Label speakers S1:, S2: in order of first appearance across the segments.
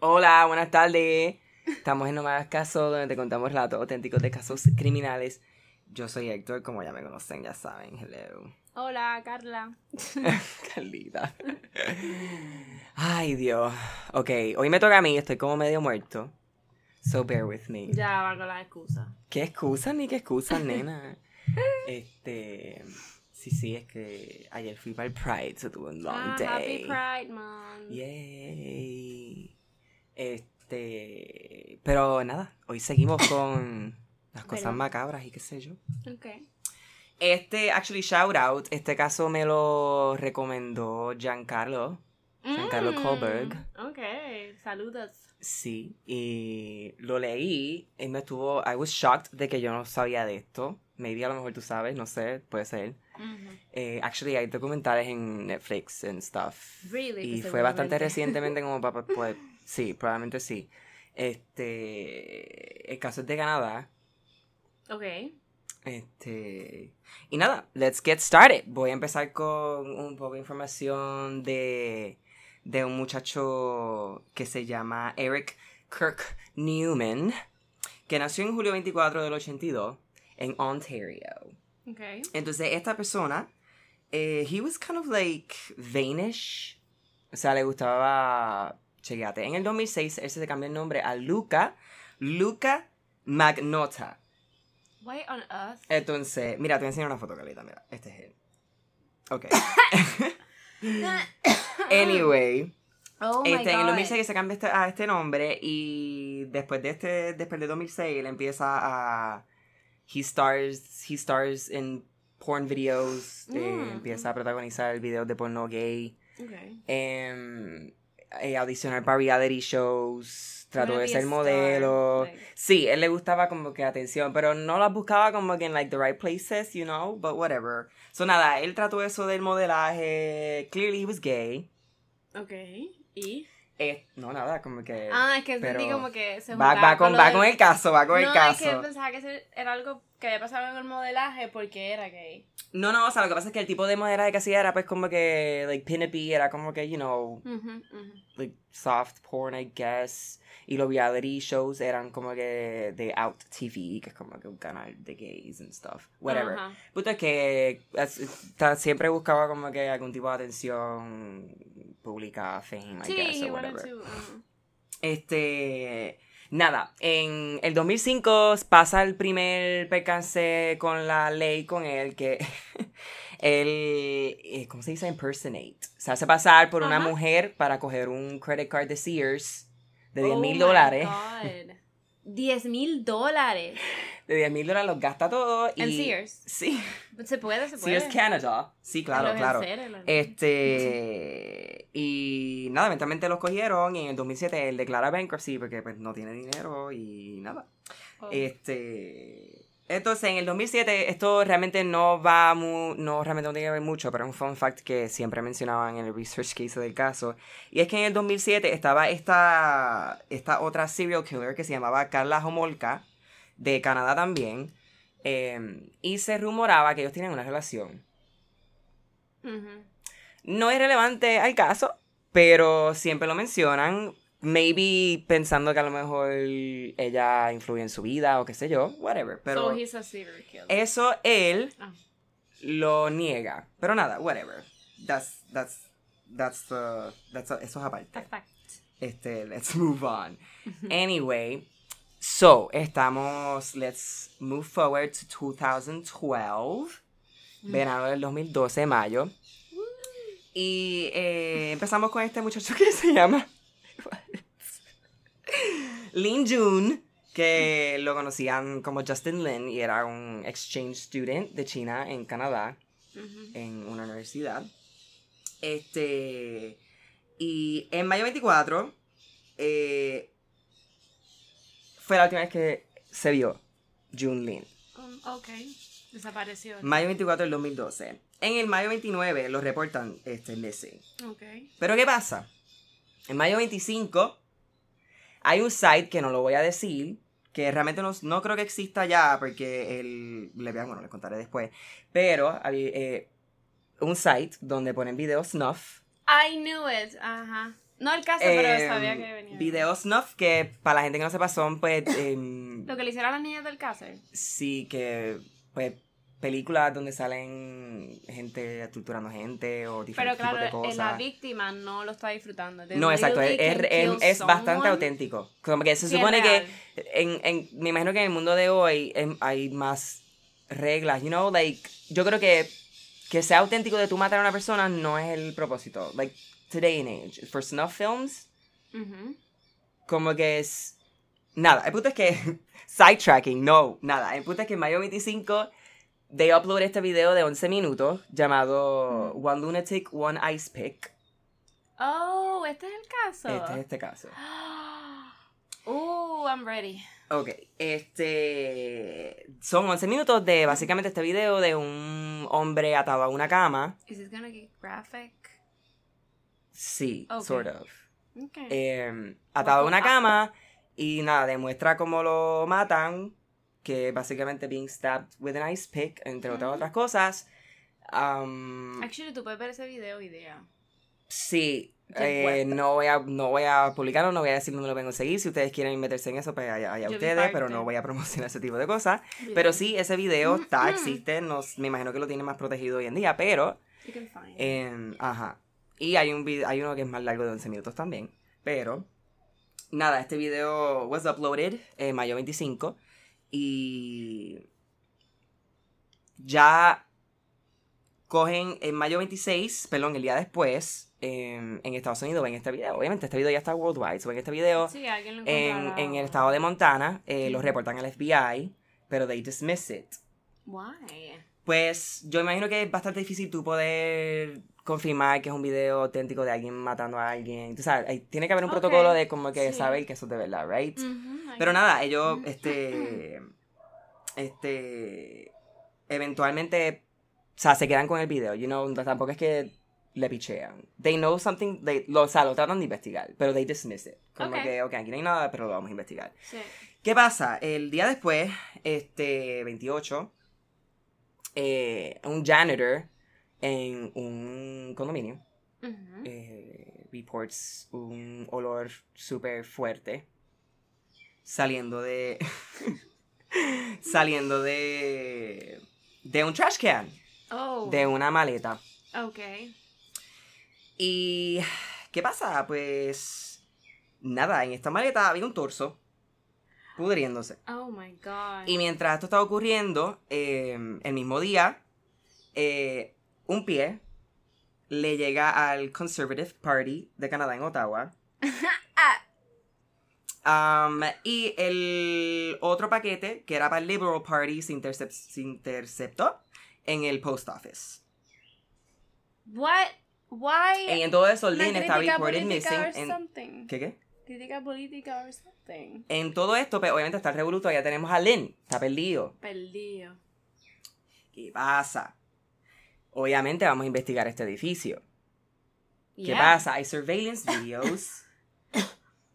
S1: Hola, buenas tardes. Estamos en No Me Hagas Caso, donde te contamos relatos auténticos de casos criminales. Yo soy Héctor, como ya me conocen, ya saben. Hello.
S2: Hola, Carla.
S1: Carlita. Ay, Dios. Ok, hoy me toca a mí, estoy como medio muerto. So bear with me.
S2: Ya va con las excusas.
S1: ¿Qué excusas ni qué excusas, nena? Este. Sí, sí, es que ayer fui para el Pride, se tuve un long
S2: Ah, Happy
S1: day.
S2: Pride Month.
S1: Yay. Este. Pero nada, hoy seguimos con las cosas
S2: Bueno.
S1: macabras y qué sé yo.
S2: Ok.
S1: Este, actually, shout out. Este caso me lo recomendó Giancarlo. Giancarlo
S2: Mm,
S1: Kohlberg.
S2: Ok, saludos.
S1: Sí, y lo leí y me estuvo. I was shocked de que yo no sabía de esto. Maybe a lo mejor tú sabes, no sé, puede ser.
S2: Mm-hmm.
S1: Eh, actually, hay documentales en Netflix and stuff.
S2: Really,
S1: Y
S2: pues,
S1: fue bastante
S2: seguramente.
S1: recientemente como para pues, sí, probablemente sí. Este, el caso es de Canadá.
S2: Ok.
S1: Este, y nada, let's get started. Voy a empezar con un poco de información de, de un muchacho que se llama Eric Kirk Newman, que nació en julio 24 del 82 en Ontario.
S2: Ok.
S1: Entonces, esta persona, eh, he was kind of like vainish. O sea, le gustaba. Chequeate. En el 2006, él se cambió el nombre a Luca. Luca Magnota.
S2: Why on earth?
S1: Entonces, mira, te voy a enseñar una foto, Carlita. Mira, este es él. Ok. Eh, anyway.
S2: oh my
S1: este, en el
S2: God.
S1: 2006 se cambia este- a este nombre y después de este, después de 2006, él empieza a... He stars, he stars in porn videos, eh,
S2: Mm.
S1: empieza a protagonizar videos de porno gay,
S2: Ok.
S1: em, eh, audicionar para reality shows, trató
S2: Wanna
S1: de
S2: be a
S1: ser
S2: star,
S1: modelo.
S2: like-
S1: Sí, él le gustaba como que atención, pero no la buscaba como que en like the right places, you know, but whatever. So nada, él trató eso del modelaje, clearly he was gay.
S2: Ok. ¿Y?
S1: Eh, no, nada, como que...
S2: Ah, es que sentí
S1: Eh, pero-
S2: como que se
S1: Va,
S2: juntaba
S1: va con,
S2: lo
S1: va
S2: del-
S1: con el caso, va con
S2: no,
S1: el
S2: es que
S1: caso.
S2: pensaba que ese era algo que había pasado en el modelaje porque era gay.
S1: No, no, o sea, lo que pasa es que el tipo de modelaje que hacía era pues como que, like, pinup era como que, you know,
S2: Ujú, ujú.
S1: like, soft porn, I guess. Y los reality shows eran como que de Out TV, que es como que un canal de gays and stuff, whatever.
S2: Ajá.
S1: Puta que as- ta- siempre buscaba como que algún tipo de atención pública, fame, I
S2: Sí,
S1: guess,
S2: he
S1: or
S2: wanted
S1: whatever.
S2: to, uh-huh. ajá.
S1: Este, nada, en el 2005 pasa el primer percance con la ley con él que él, eh, ¿cómo se dice? Impersonate. Se hace pasar por una
S2: Ajá.
S1: mujer para coger un credit card de Sears de
S2: Oh
S1: 10 mil
S2: my
S1: dólares.
S2: God. 10 mil dólares.
S1: De 10 mil dólares los gasta todo. Y,
S2: En Sears.
S1: Sí,
S2: Se puede, se puede.
S1: Sears Canada. Sí, claro,
S2: Los
S1: claro.
S2: enseres, los-
S1: Este. Y nada, eventualmente los cogieron y en el 2007 él declara bankruptcy porque pues no tiene dinero y nada.
S2: Oh.
S1: Este. Entonces, en el 2007, esto realmente no va mu- no realmente no tiene que ver mucho, pero es un fun fact que siempre mencionaban en el research que hice del caso. Y es que en el 2007 estaba esta, esta otra serial killer que se llamaba Carla Homolka, de Canadá también, eh, y se rumoraba que ellos tienen una relación.
S2: Ujú.
S1: No es relevante al caso, pero siempre lo mencionan. Maybe pensando que a lo mejor ella influye en su vida o qué sé yo, whatever. Pero
S2: So he's a serial killer.
S1: eso él
S2: Ah.
S1: lo niega. Pero nada, whatever. That's, that's, that's the, that's eso es aparte.
S2: Perfect.
S1: Este, let's move on. Anyway, so, estamos, let's move forward to 2012,
S2: Mm.
S1: verano del 2012, mayo. Y eh, empezamos con este muchacho que se llama Lin Jun, que lo conocían como Justin Lin y era un exchange student de China en Canadá
S2: Ujú.
S1: en una universidad. Este. Y en mayo 24 eh, fue la última vez que se vio Jun Lin.
S2: Um, ok. Desapareció.
S1: Mayo 24 del 2012. En el mayo 29 lo reportan este, missing.
S2: Ok.
S1: Pero ¿qué pasa? En mayo 25 hay un site que no lo voy a decir, que realmente no, no creo que exista ya, porque el... Le, bueno, les contaré después. Pero hay eh, un site donde ponen videos snuff
S2: I knew it. Ajá. No el caso, pero
S1: eh,
S2: sabía que venía.
S1: Video snuff, que para la gente que no sepa son, pues, em,
S2: Lo que le hicieron a las niñas del cárcel.
S1: sí, que, pues, películas donde salen gente torturando gente o
S2: Pero
S1: diferentes
S2: claro,
S1: tipos de
S2: eh, la
S1: cosas.
S2: víctima no lo está disfrutando. The
S1: No,
S2: way
S1: exacto,
S2: they
S1: es, es-
S2: can
S1: es-
S2: kill
S1: es bastante
S2: someone,
S1: auténtico. Como que se
S2: sí es
S1: supone que,
S2: real.
S1: en, en- me imagino que en el mundo de hoy em, hay más reglas, you know, like, yo creo que que sea auténtico de tú matar a una persona no es el propósito. Like, today in age, for snuff films,
S2: Ujú.
S1: como que es. Nada, el punto es que. Sidetracking, no, nada. El punto es que en mayo 25, they upload este video de 11 minutos llamado One Lunatic, One Ice Pick.
S2: Oh, este es el caso.
S1: Este es este caso.
S2: Uh, I'm ready.
S1: Ok, este. Son 11 minutos de básicamente este video de un hombre atado a una cama.
S2: Is this gonna get graphic?
S1: Sí,
S2: Ok.
S1: sort of.
S2: Okay.
S1: eh, atado a una cama y nada, demuestra cómo lo matan, que básicamente being stabbed with an ice pick, entre otras,
S2: Ujú.
S1: otras cosas. Um,
S2: Actually, tú puedes ver ese video idea.
S1: sí,
S2: Qué
S1: eh,
S2: fuerte.
S1: no, voy a, no voy a publicarlo, no voy a decir dónde lo pueden conseguir. Si ustedes quieren meterse en eso, pues allá, allá
S2: Yo vi
S1: ustedes,
S2: parte.
S1: pero no voy a promocionar ese tipo de cosas. Pero sí, ese video
S2: Mm,
S1: está, existe, no, me imagino que lo tienen más protegido hoy en día, pero...
S2: You can find it.
S1: Eh, ajá. Y hay, un vid- hay uno que es más largo de 11 minutos también. Pero, nada, este video was uploaded en mayo 25. Y ya cogen en mayo 26, perdón, el día después, eh, en Estados Unidos ven este video. Obviamente este video ya está worldwide, so ven este video
S2: Sí, alguien lo
S1: en,
S2: encontrará.
S1: en el estado de Montana, eh, lo reportan al FBI, pero they dismiss it.
S2: Why?
S1: Pues yo imagino que es bastante difícil tú poder confirmar que es un video auténtico de alguien matando a alguien. Tú sabes, hay- tiene que haber un
S2: Ok,
S1: protocolo de como que
S2: sí.
S1: saber que eso es de verdad, right?
S2: Ujú, Mm-hmm, I
S1: Pero
S2: guess.
S1: nada, ellos,
S2: Mm.
S1: este, este, eventualmente, o sea, se quedan con el video, you know, no- tampoco es que le pichean. They know something, they, lo, o sea, lo tratan de investigar, pero they dismiss it. Como
S2: Ok.
S1: que, ok, aquí no hay nada, pero lo vamos a investigar.
S2: Sí.
S1: ¿Qué pasa? El día después, este 28, eh, un janitor en un condominio
S2: Ujú.
S1: eh, reports un olor súper fuerte saliendo de. saliendo de. de un trash can,
S2: Oh,
S1: de una maleta.
S2: okay.
S1: ¿Y qué pasa? Pues. nada, en esta maleta había un torso pudriéndose.
S2: Oh my god.
S1: Y mientras esto estaba ocurriendo, eh, el mismo día, eh, un pie le llega al Conservative Party de Canadá en Ottawa.
S2: Ah,
S1: Um, y el otro paquete, que era para el Liberal Party, se, intercep- se interceptó en el post office.
S2: What?
S1: Y
S2: Why?
S1: en todo eso,
S2: Una
S1: Lynn está
S2: crítica
S1: reported
S2: política
S1: missing.
S2: or
S1: En,
S2: something.
S1: ¿Qué qué?
S2: Crítica política or something.
S1: En todo esto, pues, obviamente está el revoluto, ya tenemos a Lynn, está perdido.
S2: Perdido.
S1: ¿Qué pasa? Obviamente vamos a investigar este edificio. ¿Qué
S2: Yeah.
S1: pasa? Hay surveillance videos.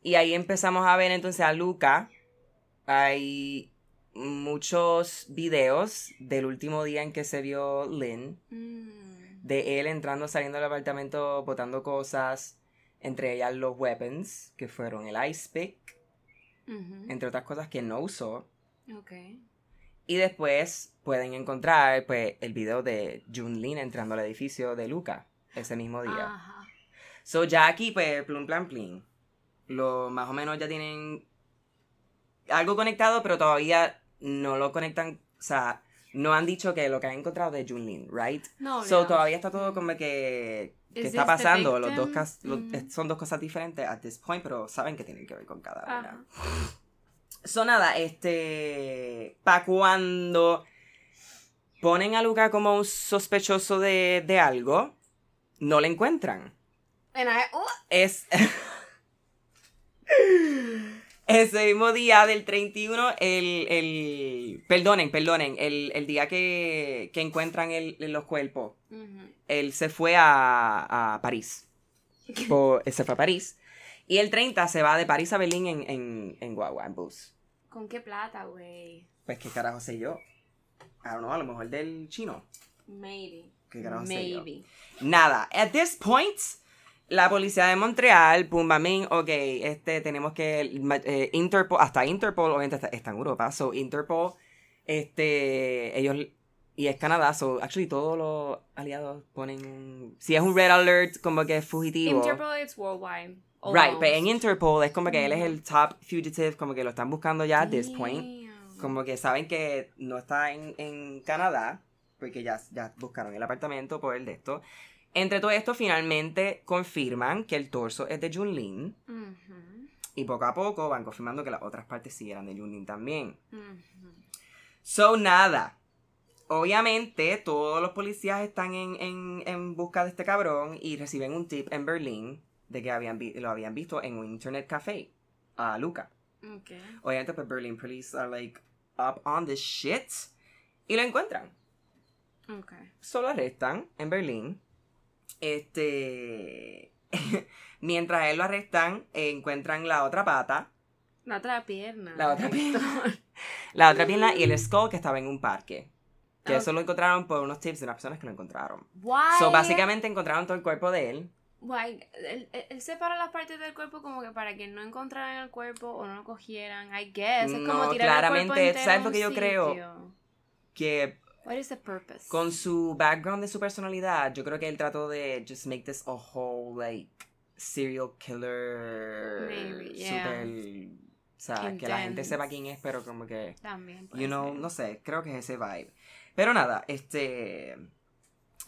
S1: y ahí empezamos a ver entonces a Luca. Hay muchos videos del último día en que se vio Lynn.
S2: Mm.
S1: De él entrando, saliendo del apartamento, botando cosas. Entre ellas los weapons, que fueron el ice pick,
S2: Ujú.
S1: entre otras cosas que no usó.
S2: Mm-hmm. Okay.
S1: Y después pueden encontrar pues, el video de Jun Lin entrando al edificio de Luca ese mismo día.
S2: Ajá.
S1: So ya aquí, pues, plum plan plin. Lo más o menos ya tienen algo conectado, pero todavía no lo conectan. O sea, no han dicho que lo que han encontrado de Junlin, right?
S2: No.
S1: So
S2: obligado.
S1: todavía está todo como que. que
S2: Oh, Is
S1: está
S2: this the
S1: pasando? Los dos
S2: victim?
S1: cas- los-
S2: Mm.
S1: es- son dos cosas diferentes at this point, pero saben que tienen que ver con cada una.
S2: Ajá.
S1: So nada, este. Pa' cuando ponen a Luca como un sospechoso de, de algo, no le encuentran.
S2: And I- oh,
S1: Es. Ese mismo día del 31, el. el perdonen, perdonen. El, el día que, que encuentran el, los cuerpos,
S2: Ujú.
S1: él se fue a, a París. Po- se fue a París. Y el 30 se va de París a Berlín en, en, en Guagua, en bus.
S2: ¿Con qué plata, güey?
S1: Pues qué carajo sé yo. I don't know, a lo mejor del chino.
S2: Maybe.
S1: ¿Qué carajo sé yo?
S2: Maybe.
S1: Nada. At this point, La policía de Montreal, pumba, min, ok, este, tenemos que, eh, Interpol, hasta Interpol, obviamente está, está en Europa, so Interpol, este, ellos y es Canadá, so actually todos los aliados ponen un- si es un red alert como que es fugitivo.
S2: Interpol it's worldwide. Oh,
S1: Right, pero en Interpol es como que él es el top fugitive, como que lo están buscando ya at this point. Como que saben que no está en, en Canadá, porque ya, ya buscaron el apartamento por el de esto. Entre todo esto, finalmente confirman que el torso es de Junlin. Y poco a poco van confirmando que las otras partes sí eran de Junlin también. So, nada. Obviamente, todos los policías están en, en- en busca de este cabrón y reciben un tip en Berlín de que habían vi- lo habían visto en un internet café a Luca.
S2: Okay.
S1: Obviamente, pues Berlin police are like up on this shit y lo encuentran.
S2: Okay.
S1: Solo arrestan en Berlín. Este. Mientras él lo arrestan, eh, encuentran la otra pata,
S2: La otra pierna.
S1: La otra pierna. la otra pierna y el skull que estaba en un parque. Que
S2: Ah,
S1: eso lo encontraron por unos tips de unas personas que lo encontraron.
S2: Why?
S1: So, básicamente encontraron todo el cuerpo de él.
S2: Why? Él, él- él separa las partes del cuerpo como que para que no encontraran el cuerpo o no lo cogieran. I guess. Es como
S1: No,
S2: tirar el cuerpo
S1: claramente,
S2: entero
S1: ¿sabes
S2: a
S1: lo
S2: un
S1: que yo creo?
S2: sitio.
S1: Que
S2: What is the purpose?
S1: con su background de su personalidad, yo creo que él trató de just make this a whole, like, serial killer.
S2: Maybe, yeah.
S1: Super. O sea, que la gente
S2: Intense.
S1: sepa quién es, pero como que.
S2: También. puede
S1: You know,
S2: ser.
S1: no sé, creo que es ese vibe. Pero nada, este.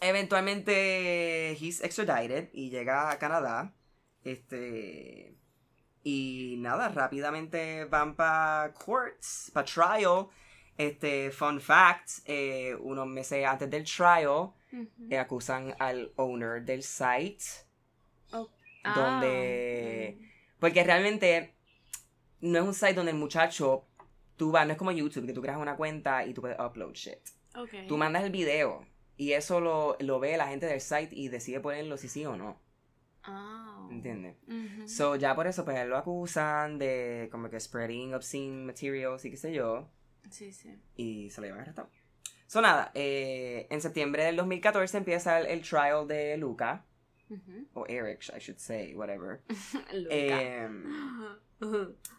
S1: Eventualmente, he's extradited y llega a Canadá. Este. Y nada, rápidamente van para courts, para trial. Este, fun fact: eh, unos meses antes del trial,
S2: Ujú.
S1: eh, acusan al owner del site.
S2: Ah,
S1: donde-
S2: mm.
S1: Porque realmente no es un site donde el muchacho. Tú vas, no es como YouTube, que tú creas una cuenta y tú puedes upload shit.
S2: Okay.
S1: Tú mandas el video y eso lo, lo ve la gente del site y decide ponerlo si sí o no.
S2: Ah.
S1: ¿Entiendes?
S2: Ujú.
S1: So, ya por eso, pues él lo acusan de como que spreading obscene materials y qué sé yo.
S2: Sí, sí.
S1: Y se lo llevan arrestado. So, nada, eh, en septiembre del 2014 empieza el, el trial de Luca,
S2: Ujú.
S1: o Eric, I should say, whatever.
S2: Loca.
S1: Em,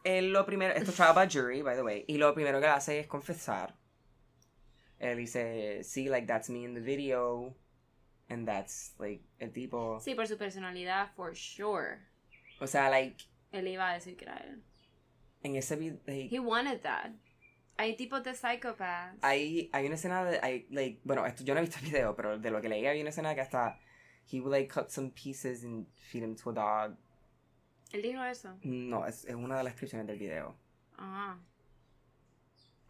S1: Él lo primero, esto es trial by jury, by the way, y lo primero que él hace es confesar. Él dice, sí, like that's me in the video, and that's like el tipo.
S2: Sí, por su personalidad, for sure.
S1: O sea, like
S2: Él iba a decir que era él.
S1: en ese video,
S2: He wanted that. Hay tipos de psychopaths.
S1: hay, hay una escena de, hay, like, bueno, esto yo no he visto el video, pero de lo que leí había una escena que hasta he would like cut some pieces and feed them to a dog.
S2: Él dijo eso.
S1: No, es, es una de las descripciones del video.
S2: Ah.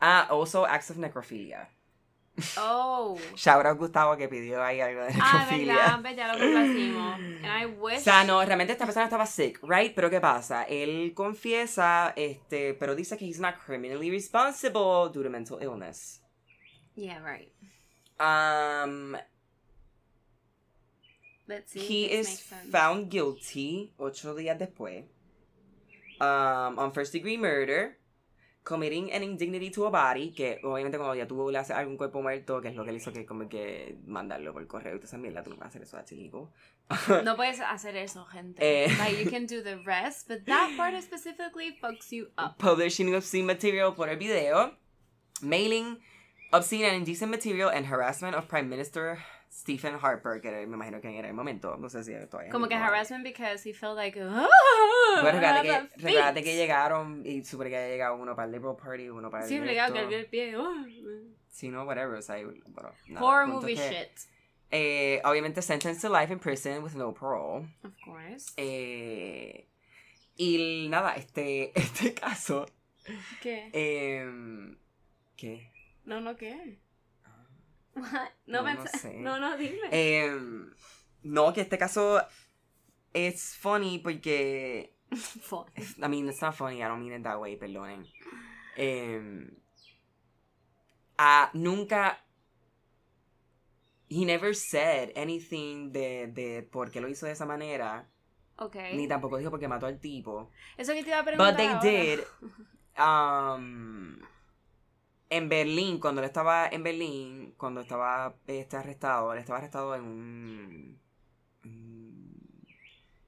S1: Ah, also acts of necrophilia.
S2: Oh.
S1: Shout out Gustavo que pidió ahí algo de
S2: Ah,
S1: necrophilia.
S2: verdad, ve, ya lo complacimos. And I
S1: O
S2: wish.
S1: sea, no, realmente esta persona estaba sick, right? Pero ¿qué pasa? Él confiesa, este, pero dice que he's not criminally responsible due to mental illness.
S2: Yeah, right.
S1: Um,
S2: Let's see.
S1: he
S2: this
S1: is
S2: makes sense.
S1: found guilty ocho días después um, on first degree murder, committing an indignity to a body, que obviamente cuando ya tú le haces algún cuerpo muerto, que es lo que le hizo que como que mandarlo por correo y toda esa mierda, tú no vas a hacer eso a Chilico.
S2: No puedes hacer eso, gente.
S1: Eh.
S2: Like, you can do the rest, but that part specifically fucks you up.
S1: publishing obscene material por el video, mailing obscene and indecent material, and harassment of Prime Minister Stephen Harper, que era- me imagino que era el momento, no sé si todavía.
S2: Como que
S1: no.
S2: harassment because he felt like. Oh,
S1: Pero
S2: I have
S1: recuerda
S2: a
S1: que, recuerda que
S2: feet."
S1: llegaron y supe que había llegado uno para el Liberal Party, uno para el.
S2: Sí, obligado que él
S1: esto.
S2: vio el pie. oh.
S1: Sí, no, whatever. O sea, y- bueno, nada,
S2: Horror
S1: el punto
S2: movie
S1: es que,
S2: shit.
S1: eh, obviamente, sentenced to life in prison with no parole.
S2: Of course.
S1: Eh, y nada, este, este caso.
S2: ¿Qué?
S1: em, ¿Qué?
S2: No, no, ¿qué? What?
S1: No,
S2: No,
S1: no
S2: pensé-
S1: sé.
S2: no, no, dime.
S1: Em, no, que este caso es funny porque.
S2: Fuck.
S1: I mean, it's not funny, I don't mean it that way, perdonen. Em, ah, nunca. He never said anything de, de por qué lo hizo de esa manera,
S2: Ok.
S1: ni tampoco dijo por qué mató al tipo.
S2: Eso que te iba a preguntar.
S1: But they
S2: ahora.
S1: did. um, en Berlín, cuando él estaba en Berlín, cuando estaba este, arrestado, él estaba arrestado en un. un-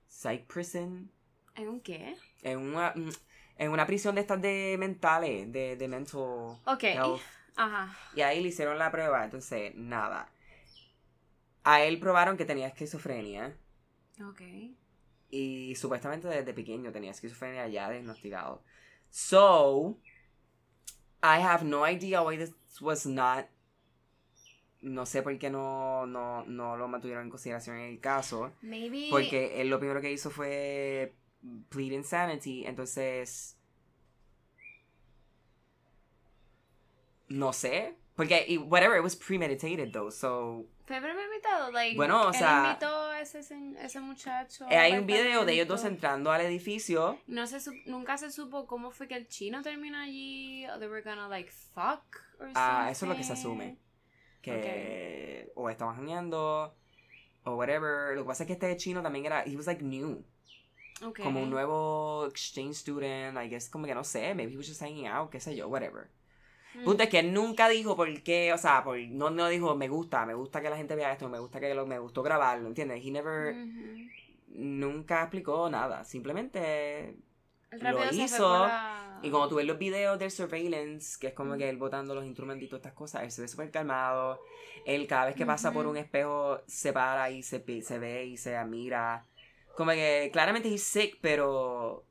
S1: psych prison,
S2: ¿En un qué?
S1: en una, mm, en una prisión de estas de mentales, de, de mental
S2: Ok.
S1: health.
S2: Ajá.
S1: Y ahí le hicieron la prueba, entonces nada. A él probaron que tenía esquizofrenia
S2: Ok.
S1: y supuestamente desde pequeño tenía esquizofrenia ya diagnosticado. So, I have no idea why this was not. No sé por qué no, no, no lo mantuvieron en consideración en el caso.
S2: Maybe.
S1: Porque él lo primero que hizo fue plead insanity, entonces... No sé, porque y whatever, it was premeditated though, so...
S2: Febre me ha invitado, like.
S1: Bueno, o
S2: él
S1: sea-
S2: invitó a ese, sen- ese muchacho.
S1: Eh, hay
S2: al
S1: un video de ellos dos
S2: apartamento.
S1: entrando al edificio.
S2: No se sup- nunca se supo cómo fue que el chino termina allí. Or they were gonna, like, fuck. Or
S1: Ah, eso es lo que se
S2: something.
S1: asume. Que o estaban janeando, o whatever. Lo que pasa es que este chino también era, he was like new.
S2: Ok.
S1: Como un nuevo exchange student, I guess, como que no sé, maybe he was just hanging out, qué sé yo, whatever.
S2: Mm.
S1: Punto es que él nunca dijo por qué, o sea, por- no, no dijo me gusta, me gusta que la gente vea esto, me gusta que lo, me gustó grabarlo, ¿entiendes? He never,
S2: Ujú. Mm.
S1: nunca explicó nada, simplemente,
S2: El
S1: lo
S2: rápido se fue
S1: hizo,
S2: por la-
S1: y cuando tú ves los videos del surveillance, que es como
S2: Ujú.
S1: que él botando los instrumentos y todas estas cosas, él se ve súper calmado, él cada vez que pasa por
S2: Ujú.
S1: un espejo se para y se, pi- se ve y se mira, como que claramente he's sick, pero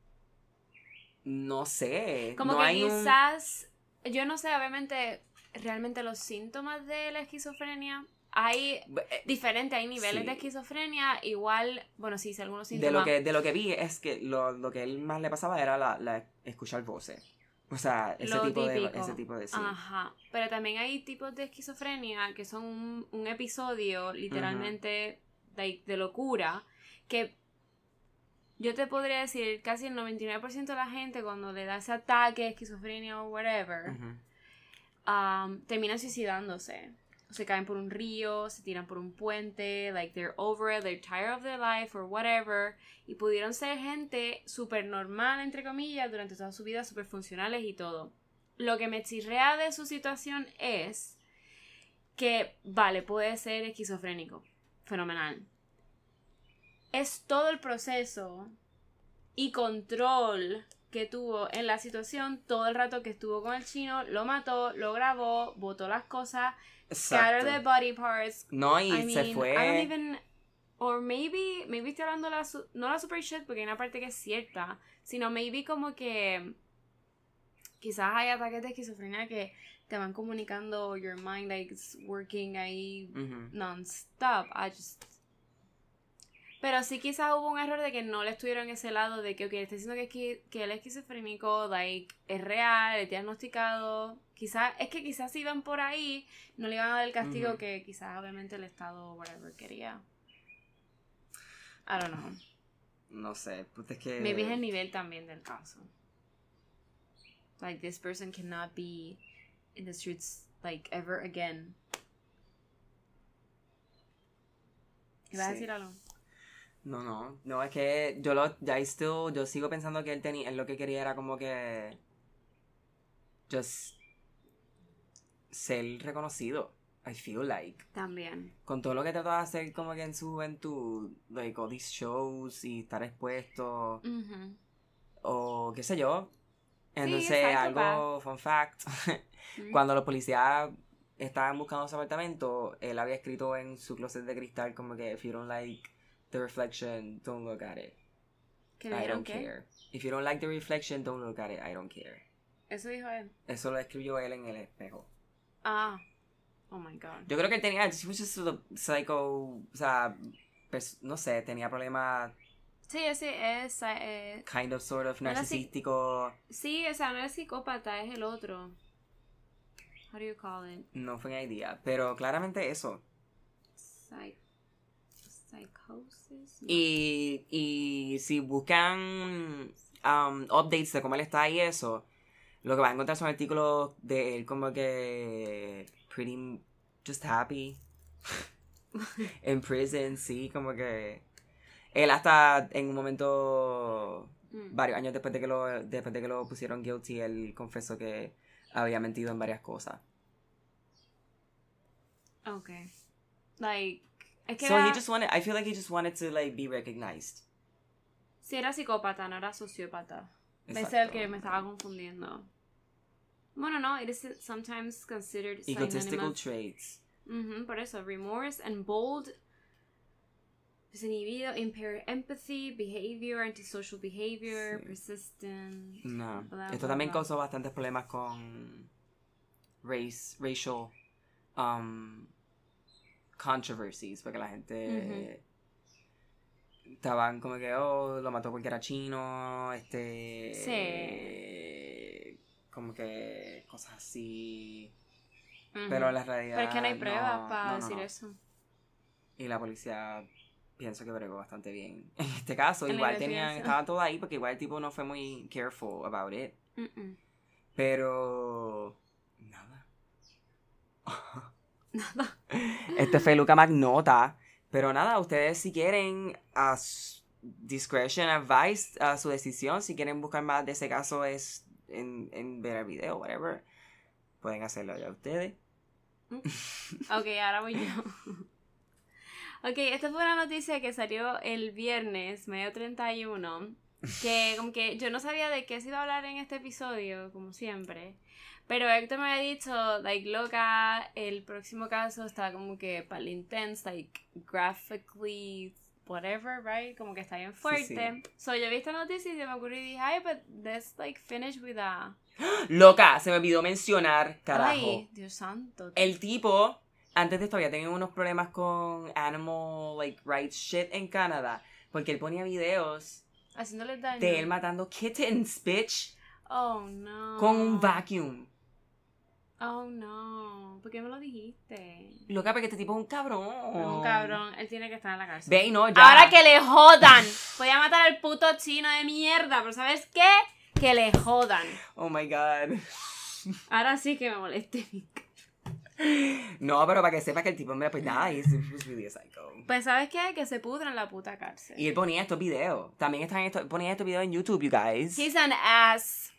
S1: no sé,
S2: Como
S1: no
S2: que
S1: hay un-
S2: quizás, yo no sé, obviamente, realmente los síntomas de la esquizofrenia hay
S1: eh,
S2: diferente, hay niveles
S1: Sí.
S2: de esquizofrenia, igual, bueno, sí, sí, algunos
S1: De
S2: síntomas.
S1: lo, que, de lo que vi es que lo, lo que él más le pasaba era la, la escuchar voces. O sea, ese
S2: Lo
S1: tipo de
S2: típico.
S1: ese tipo de sí.
S2: Ajá, pero también hay tipos de esquizofrenia que son un, un episodio literalmente de, de locura que yo te podría decir casi el 99% de la gente cuando le da ese ataque, esquizofrenia o whatever,
S1: Ujú.
S2: um, terminan suicidándose. Se caen por un río, se tiran por un puente, like they're over it, they're tired of their life or whatever. Y pudieron ser gente súper normal, entre comillas, durante toda su vida, súper funcionales y todo. Lo que me chirrea de su situación es que, vale, puede ser esquizofrénico, fenomenal. Es todo el proceso y control que tuvo en la situación todo el rato que estuvo con el chino, lo mató, lo grabó, botó las cosas,
S1: Exacto.
S2: scattered the body parts.
S1: No, y
S2: I mean,
S1: se
S2: I don't
S1: fue.
S2: even or maybe maybe estoy hablando la su- no la super shit porque hay una parte que es cierta, sino maybe como que quizás hay ataques de esquizofrenia que te van comunicando your mind like it's working ahí
S1: Ujú.
S2: non-stop. I just... Pero sí quizás hubo un error de que no le estuvieron ese lado de que, ok, está diciendo que, esqui- que él es esquizofrénico, like, es real, es diagnosticado. Quizás, es que quizás si iban por ahí, no le iban a dar el castigo
S1: Ujú.
S2: que quizás obviamente el Estado, whatever, quería. I don't know.
S1: No sé, puta, es que.
S2: Maybe es el nivel también del caso. Like, this person cannot be in the streets, like, ever again. ¿Ibas a
S1: Sí.
S2: decir algo?
S1: No, no. No, es que yo lo. I still- yo sigo pensando que él tenía. Él lo que quería era como que. Just. Ser reconocido. I feel like.
S2: También.
S1: con todo lo que trató de hacer como que en su juventud, like all these shows y estar expuesto, o qué sé yo. Entonces,
S2: psychopath.
S1: algo, fun fact, cuando los policías estaban buscando su apartamento, él había escrito en su closet de cristal como que, if you don't like the reflection, don't look at it.
S2: ¿Que le
S1: I
S2: dijeron
S1: don't
S2: qué?
S1: care. If you don't like the reflection, don't look at it. I don't care.
S2: Eso dijo él.
S1: Eso lo escribió él en el espejo.
S2: Ah. Oh my god.
S1: Yo creo que él tenía, she was just a psycho, o sea, pers- no sé, tenía problemas
S2: Sí, ese es. eh,
S1: kind of sort of
S2: No era así.
S1: narcisístico.
S2: sí, o sea, no es psicópata, es el otro. How do you call it?
S1: No fue una idea, pero claramente eso.
S2: Psych. Psychosis? No.
S1: Y, y si buscan um, updates de cómo él está y eso, lo que van a encontrar son artículos de él como que pretty just happy in prison, sí, como que él hasta en un momento
S2: Mm.
S1: varios años después de que lo después de que lo pusieron guilty, él confesó que había mentido en varias cosas.
S2: Okay. Like, es que
S1: So
S2: era-
S1: he just wanted. I feel like he just wanted to like be recognized.
S2: Si era psicópata, no era sociópata. Ese era el
S1: Exacto.
S2: que me estaba confundiendo. Bueno, no, it is sometimes considered
S1: Egotistical
S2: synonymous.
S1: traits.
S2: Ujú, por eso, remorse and bold, desinhibido, impaired empathy, behavior, antisocial behavior,
S1: Sí.
S2: persistent.
S1: No.
S2: bla,
S1: Esto
S2: bla,
S1: también
S2: bla.
S1: causó bastantes problemas con race, racial um, controversies, porque la gente estaban como que, oh, lo mató porque era chino, este... Como que cosas así.
S2: Ujú.
S1: Pero la realidad...
S2: Pero es que no hay pruebas para
S1: no, no,
S2: decir
S1: no.
S2: eso.
S1: Y la policía pienso que bregó bastante bien. En este caso,
S2: En la
S1: igual tenían,
S2: investigación.
S1: estaban todos ahí porque igual el tipo no fue muy careful about it.
S2: Mm-mm.
S1: Pero. Nada.
S2: Nada.
S1: Este fue Luca Magnota. Pero nada, ustedes si quieren, a su discretion, advice, a su decisión, si quieren buscar más de ese caso, es en, en ver el video, whatever. Pueden hacerlo ya ustedes.
S2: Ok, ahora voy yo. Ok, esta fue una noticia que salió el viernes, medio 31, que como que yo no sabía de qué se iba a hablar en este episodio, como siempre, pero Héctor me había dicho, like, loca, el próximo caso está como que para el intense, like, graphically, whatever, right? Como que está bien fuerte.
S1: sí.
S2: So yo vi esta noticia y se me ocurrió y dije, ay, but let's, like, finish with a...
S1: Loca, se me olvidó mencionar, carajo.
S2: Ay, Dios santo.
S1: El tipo, antes de esto había tenido unos problemas con animal like rights shit en Canadá, porque él ponía videos
S2: Haciéndole daño.
S1: de él matando kittens, bitch,
S2: Oh, no.
S1: con un vacuum.
S2: Oh, no. ¿Por qué me lo dijiste?
S1: Loca, porque este tipo es un cabrón.
S2: Un cabrón. Él tiene que estar en la cárcel.
S1: Oh. Ve y no, ya.
S2: Ahora que le jodan. Voy a matar al puto chino de mierda. Pero ¿sabes qué? Que le jodan.
S1: Oh my god.
S2: Ahora sí que me molesté.
S1: No, pero para que sepa que el tipo, mira, pues nada, he's, he's really a psycho.
S2: Pues ¿sabes qué? Que se pudra en la puta cárcel.
S1: Y él ponía estos videos. También están estos, ponía estos videos en YouTube, you guys.
S2: He's an ass.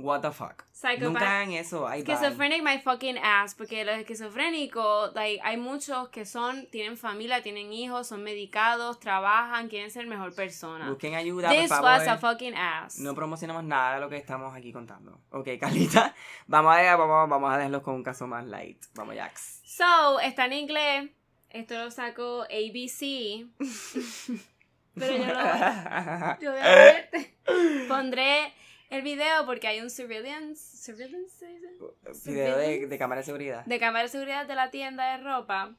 S1: What the fuck.
S2: Psychopath.
S1: Nunca hagan eso. Ay, bye.
S2: Schizophrenic my fucking ass. Porque los esquizofrénicos, like, hay muchos que son, tienen familia, tienen hijos, son medicados, trabajan, quieren ser mejor persona.
S1: Busquen ayuda,
S2: This
S1: por favor.
S2: was a fucking ass.
S1: No promocionamos nada de lo que estamos aquí contando. Ok, Carlita, vamos a, vamos, vamos a dejarlos con un caso más light. Vamos, Jax.
S2: So, está en inglés. Esto lo saco ABC. Pero yo lo yo voy a poner- Pondré el video porque hay un surveillance. ¿Surveillance se dice?
S1: Video de, de cámara de seguridad.
S2: De cámara de seguridad de la tienda de ropa.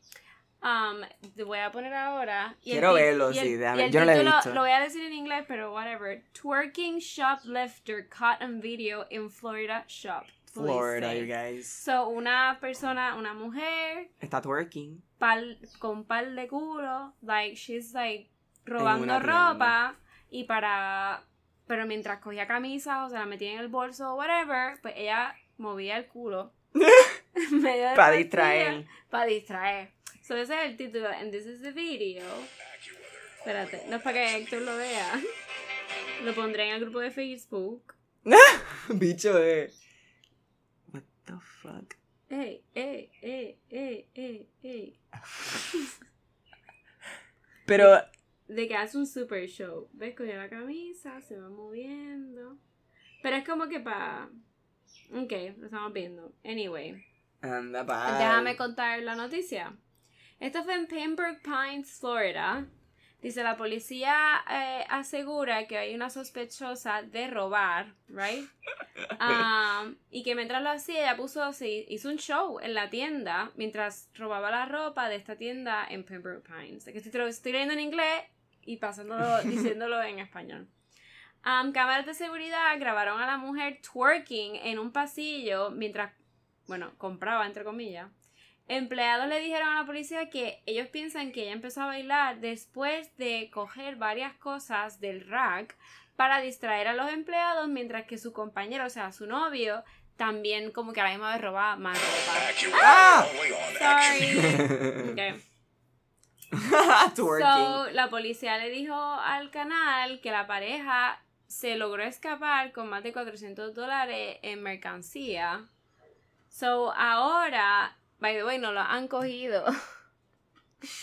S2: Um, te voy a poner ahora. y el
S1: Quiero
S2: ti-
S1: verlo,
S2: y el-
S1: sí, déjame-
S2: y el
S1: yo no lo he
S2: título
S1: visto.
S2: Lo voy a decir en inglés, pero whatever. Twerking shoplifter caught on video in Florida shop. Police
S1: Florida,
S2: say.
S1: you guys.
S2: So, una persona, una mujer
S1: Está twerking.
S2: pal, con pal de culo, like she's like
S1: En una
S2: robando
S1: tienda.
S2: ropa y para pero mientras cogía camisas o se la metía en el bolso o whatever, pues ella movía el culo En medio de
S1: Para distraer.
S2: para distraer. So ese es el título and this is the video. Espérate, no es para que Héctor lo vea. Lo pondré en el grupo de Facebook.
S1: Bicho de. What the fuck?
S2: Ey, ey, ey, ey, ey, ey.
S1: Pero.
S2: de que hace un super show. ¿Ves? Cogió la camisa, se va moviendo. Pero es como que para. Ok, lo estamos viendo. Anyway,
S1: Anda, pa.
S2: déjame contar la noticia. Esto fue en Pembroke Pines, Florida. Dice, la policía eh, asegura que hay una sospechosa de robar, ¿right? Um, y que mientras lo hacía, ella puso, se hizo un show en la tienda mientras robaba la ropa de esta tienda en Pembroke Pines. Que estoy, estoy leyendo en inglés y pasándolo, diciéndolo en español. Um, cámaras de seguridad grabaron a la mujer twerking en un pasillo mientras, bueno, compraba, entre comillas. Empleados le dijeron a la policía que ellos piensan que ella empezó a bailar después de coger varias cosas del rack para distraer a los empleados mientras que su compañero, o sea, su novio, también como que a la misma vez robaba más ropa.
S1: Ah!
S2: Sorry. Okay.
S1: twerking.
S2: So, la policía le dijo al canal que la pareja se logró escapar con más de 400 dólares en mercancía. So, ahora, by the way, no lo han cogido.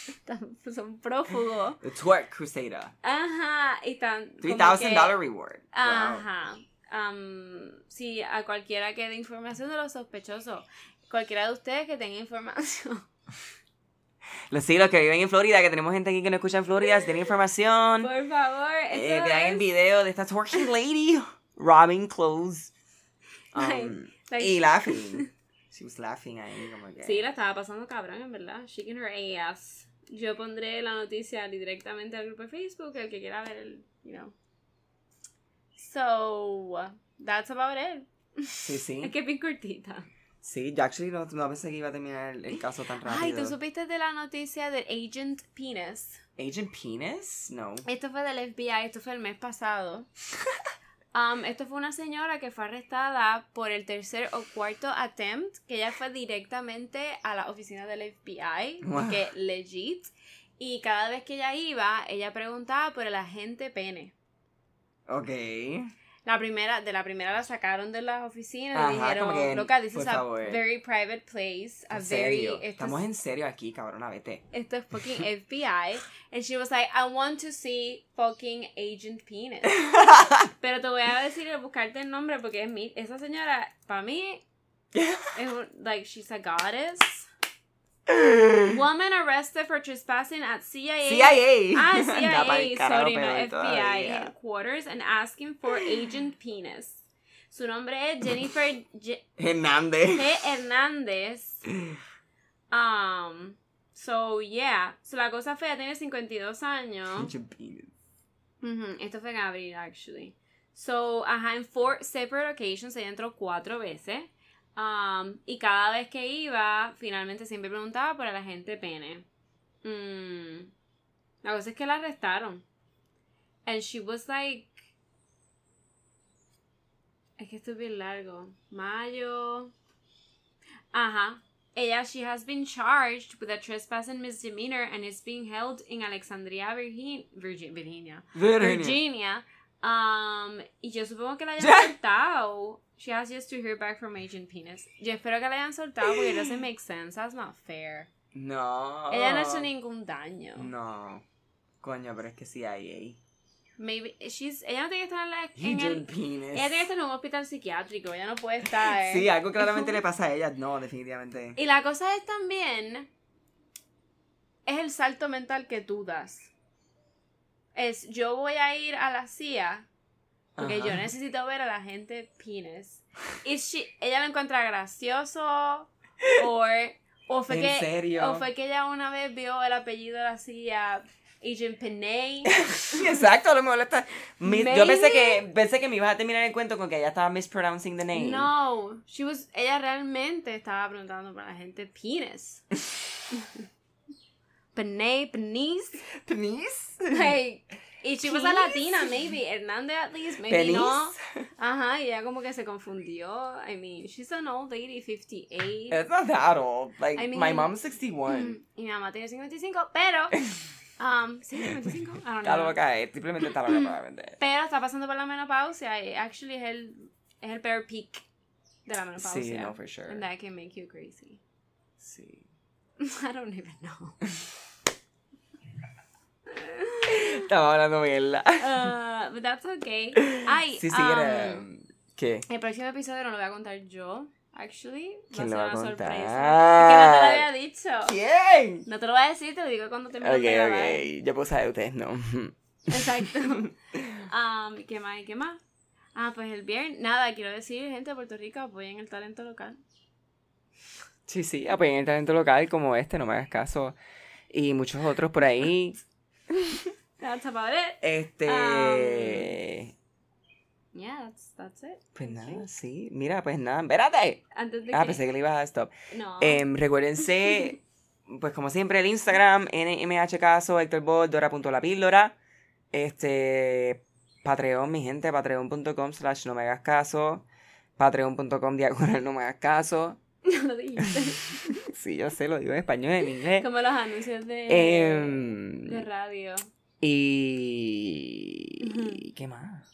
S2: Están- son prófugos.
S1: The Twerk Crusader.
S2: Ajá, y tan. como
S1: $3,000
S2: que-
S1: reward. Wow.
S2: Ajá. Am, sí, a cualquiera que dé información de los sospechosos. Cualquiera de ustedes que tenga información.
S1: Los sí, los que viven en Florida, que tenemos gente aquí que no escucha en Florida, si tienen información,
S2: Por favor,
S1: eh,
S2: esto
S1: vean
S2: es-
S1: el video de esta twerking lady robbing clothes. Um,
S2: Like-
S1: y laughing. She was laughing ahí como que...
S2: Sí, la estaba pasando cabrón, en verdad. Shaking her ass. Yo pondré la noticia ali- directamente al grupo de Facebook, el que quiera ver el, you know. So, that's about it.
S1: sí, sí.
S2: Es que es bien cortita.
S1: Sí, yo actually no, no pensé que iba a terminar el, el caso tan rápido.
S2: Ay, ¿tú supiste de la noticia del Agent Penis?
S1: Agent Penis? No.
S2: Esto fue del FBI, esto fue el mes pasado. Um, esto fue una señora que fue arrestada por el tercer o cuarto attempt, que ella fue directamente a la oficina del FBI,
S1: Wow.
S2: que legit. Y cada vez que ella iba, ella preguntaba por el agente pene.
S1: Ok.
S2: La primera, de la primera la sacaron de las oficinas y
S1: Ajá,
S2: dijeron,
S1: como que,
S2: loca, this
S1: por
S2: is a
S1: favor.
S2: very private place, a
S1: En
S2: very...
S1: serio.
S2: esto es-
S1: Estamos en serio aquí, cabrona, vete.
S2: esto es fucking FBI. And she was like, I want to see fucking Agent Penis. Pero te voy a decir, buscarte el nombre porque es mi, esa señora, para mí, es un- like, she's a goddess. Woman arrested for trespassing at CIA.
S1: CIA.
S2: Ah,
S1: Anda pa'l
S2: CIA,
S1: carajo,
S2: sorry, no,
S1: peor
S2: FBI
S1: todavía.
S2: headquarters and asking for Agent Penis. Su nombre es Jennifer Je-
S1: Hernández.
S2: G. Hernández. Um, so, yeah. So, la cosa fea tiene 52 años.
S1: Agent Penis.
S2: Ujú, Esto fue en abril, actually. So, ajá, en four separate occasions, ella entró cuatro veces. Um, y cada vez que iba, finalmente siempre preguntaba por el agente pene. Mm, La cosa es que la arrestaron. And she was like... Es que esto es bien largo. Mayo... Ajá. Ella, she has been charged with a trespass and misdemeanor and is being held in Alexandria, Virgin, Virgin, Virginia.
S1: Virginia.
S2: Virginia. Um, y yo supongo que la hayan soltado. She has just to hear back from Agent Penis. Yo espero que la hayan soltado porque it doesn't make sense. That's not fair.
S1: No.
S2: Ella no ha hecho ningún daño.
S1: Ah. No. Coño, pero es que CIA.
S2: Maybe she's, ella no tiene que estar en, la, en
S1: Agent
S2: el,
S1: Penis.
S2: ella tiene que estar en un hospital psiquiátrico. Ella no puede estar.
S1: Sí, algo claramente le pasa a ella. No, definitivamente.
S2: Y la cosa es también. Es el salto mental que tú das. Es yo voy a ir a la CIA porque
S1: Ajá.
S2: yo necesito ver a la gente penis. Y she- ella lo encuentra gracioso. Or, o, fue
S1: ¿En
S2: que,
S1: serio?
S2: o fue que ella una vez vio el apellido de la CIA, Agent Penney.
S1: Sí, exacto, a lo mejor está. Mi- yo
S2: Maybe.
S1: pensé que pensé que me ibas a terminar el cuento con que ella estaba mispronouncing the name.
S2: No, she was, ella realmente estaba preguntando por la gente penis. Penney, penis.
S1: Penis.
S2: Like, y she was a
S1: Penis?
S2: latina, maybe. Hernández, at least. Maybe
S1: Penis.
S2: no. Ajá, y ella como que se confundió. I mean, she's an old lady, 58.
S1: It's not that old. Like
S2: I mean-
S1: my mom's 61.
S2: Mm, Y mi mamá tiene 55, pero. Um, sí, 55, I don't
S1: Está
S2: know.
S1: loca, eh, simplemente está loca probablemente.
S2: Pero está pasando por la menopausia. Y actually es el, es el peor peak de la menopausia.
S1: Sí, no for sure.
S2: And that can make you crazy.
S1: Sí.
S2: I don't even know.
S1: Estaba hablando mierda.
S2: Uh, but that's okay. Ay,
S1: Sí, sí,
S2: um,
S1: era ¿Qué?
S2: El próximo episodio no lo voy a contar yo, actually. Va
S1: ¿Quién lo va
S2: a
S1: a
S2: ser una
S1: contar?
S2: sorpresa. Que no te lo había dicho.
S1: ¿Quién?
S2: No te lo voy a decir, te lo digo cuando termine de grabar.
S1: Ok, ok. Yo puedo saber ustedes no.
S2: Exacto. Um, ¿Qué más? y ¿Qué más? Ah, pues el viernes. Nada, quiero decir, gente de Puerto Rico, apoyen el talento local.
S1: Sí, sí, apoyen el talento local como este, no me hagas caso. Y muchos otros por ahí.
S2: That's about it.
S1: Este.
S2: Yeah, that's, that's it.
S1: Pues
S2: I
S1: nada,
S2: think.
S1: sí. Mira, pues nada, espérate.
S2: Antes de Ah.
S1: Ah,
S2: que...
S1: pensé que le ibas a stop.
S2: No.
S1: Em, recuérdense, pues como siempre, el Instagram, NMH Caso, Héctor Bot, Dora.lapíldora. Este. Patreon, mi gente, patreon.com slash no me hagas caso. Patreon.com diagonal no me hagas caso.
S2: no lo dijiste.
S1: Sí, yo sé, lo digo en español, en inglés.
S2: Como los anuncios de...
S1: Em,
S2: de radio.
S1: y.
S2: Ujú.
S1: ¿Qué más?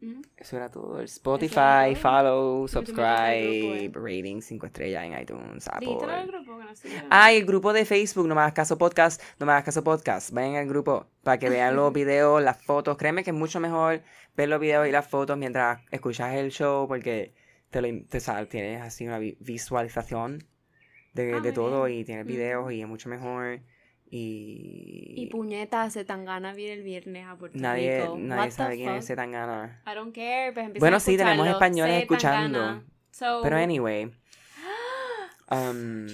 S2: Ujú.
S1: Eso era todo. El Spotify,
S2: todo.
S1: follow,
S2: Sí, tú me mandaste el grupo, eh.
S1: subscribe, rating, 5 estrellas en iTunes,
S2: Dijiste lo del
S1: Apple.
S2: grupo que no sé.
S1: Ah, y el grupo de Facebook, no me hagas caso podcast, no me hagas caso podcast. Vayan al grupo para que vean los videos, las fotos. Créeme que es mucho mejor ver los videos y las fotos mientras escuchas el show porque te lo im- te sal- tienes así una vi- visualización de,
S2: Ah,
S1: de
S2: muy
S1: todo
S2: bien.
S1: y tienes
S2: Ujú.
S1: videos y es mucho mejor. Y,
S2: Y puñetas, se tan gana viene el viernes a Puerto
S1: nadie,
S2: Rico. What
S1: nadie
S2: the
S1: sabe quién es
S2: fuck?
S1: Zetangana.
S2: I don't care, pues empiecen
S1: Bueno,
S2: a
S1: sí, tenemos
S2: escucharlo. Oh.
S1: españoles
S2: Se
S1: escuchando.
S2: Tangana. So,
S1: Pero anyway. um,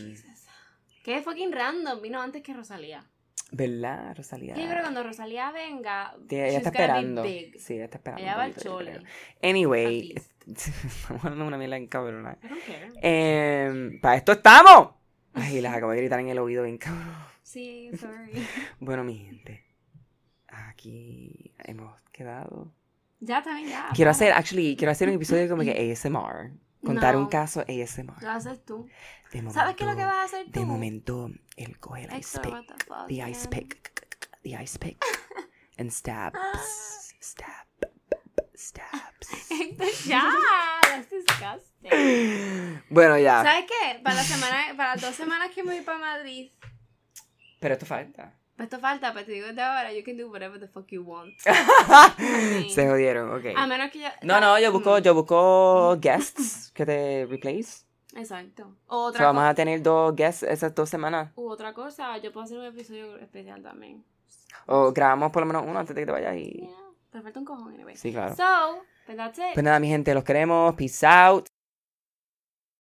S2: Qué fucking random, vino antes que Rosalía.
S1: ¿Verdad, Rosalía?
S2: Yo creo que cuando Rosalía venga,
S1: Sí, ella
S2: she's
S1: está
S2: gonna be
S1: esperando.
S2: big.
S1: Sí, ella está esperando.
S2: Ella va
S1: un
S2: al
S1: poquito, yo
S2: chole.
S1: creo.
S2: At
S1: Anyway,
S2: least.
S1: estamos hablando de una mierda en cabrona.
S2: I don't care.
S1: ¡Para esto estamos! Ay, las acabo de gritar en el oído bien cabrón.
S2: Sí, sorry.
S1: Bueno, mi gente. Aquí hemos quedado.
S2: ya también ya.
S1: Quiero
S2: para.
S1: hacer, actually, quiero hacer un episodio como que ASMR. Contar
S2: No.
S1: un caso ASMR.
S2: Lo haces tú.
S1: De momento,
S2: ¿Sabes qué es lo que vas a hacer tú?
S1: De momento, él coge el ice
S2: Héctor,
S1: pick.
S2: what the fuck.
S1: the ice
S2: man.
S1: pick, the ice pick, and stab,
S2: Ah.
S1: stab, stabs.
S2: Héctor, ya. That's disgusting.
S1: Bueno, ya.
S2: ¿Sabes qué? Para la semana, para las dos semanas que me voy para Madrid,
S1: Pero esto falta.
S2: pues esto falta, pero te digo desde ahora, you can do whatever the fuck you want. Sí.
S1: Se jodieron, ok.
S2: A menos que yo...
S1: No, no, yo busco,
S2: Mm,
S1: yo busco guests que te replace.
S2: Exacto. O
S1: O
S2: otra,
S1: sea,
S2: co-
S1: vamos a tener dos guests esas dos semanas.
S2: u otra cosa, yo puedo hacer un episodio especial también.
S1: O grabamos por lo menos uno antes de que te vayas y...
S2: Yeah. Te falta un cojón, anyway.
S1: Sí, claro.
S2: So, but that's it.
S1: Pues nada, mi gente, los queremos. Peace out.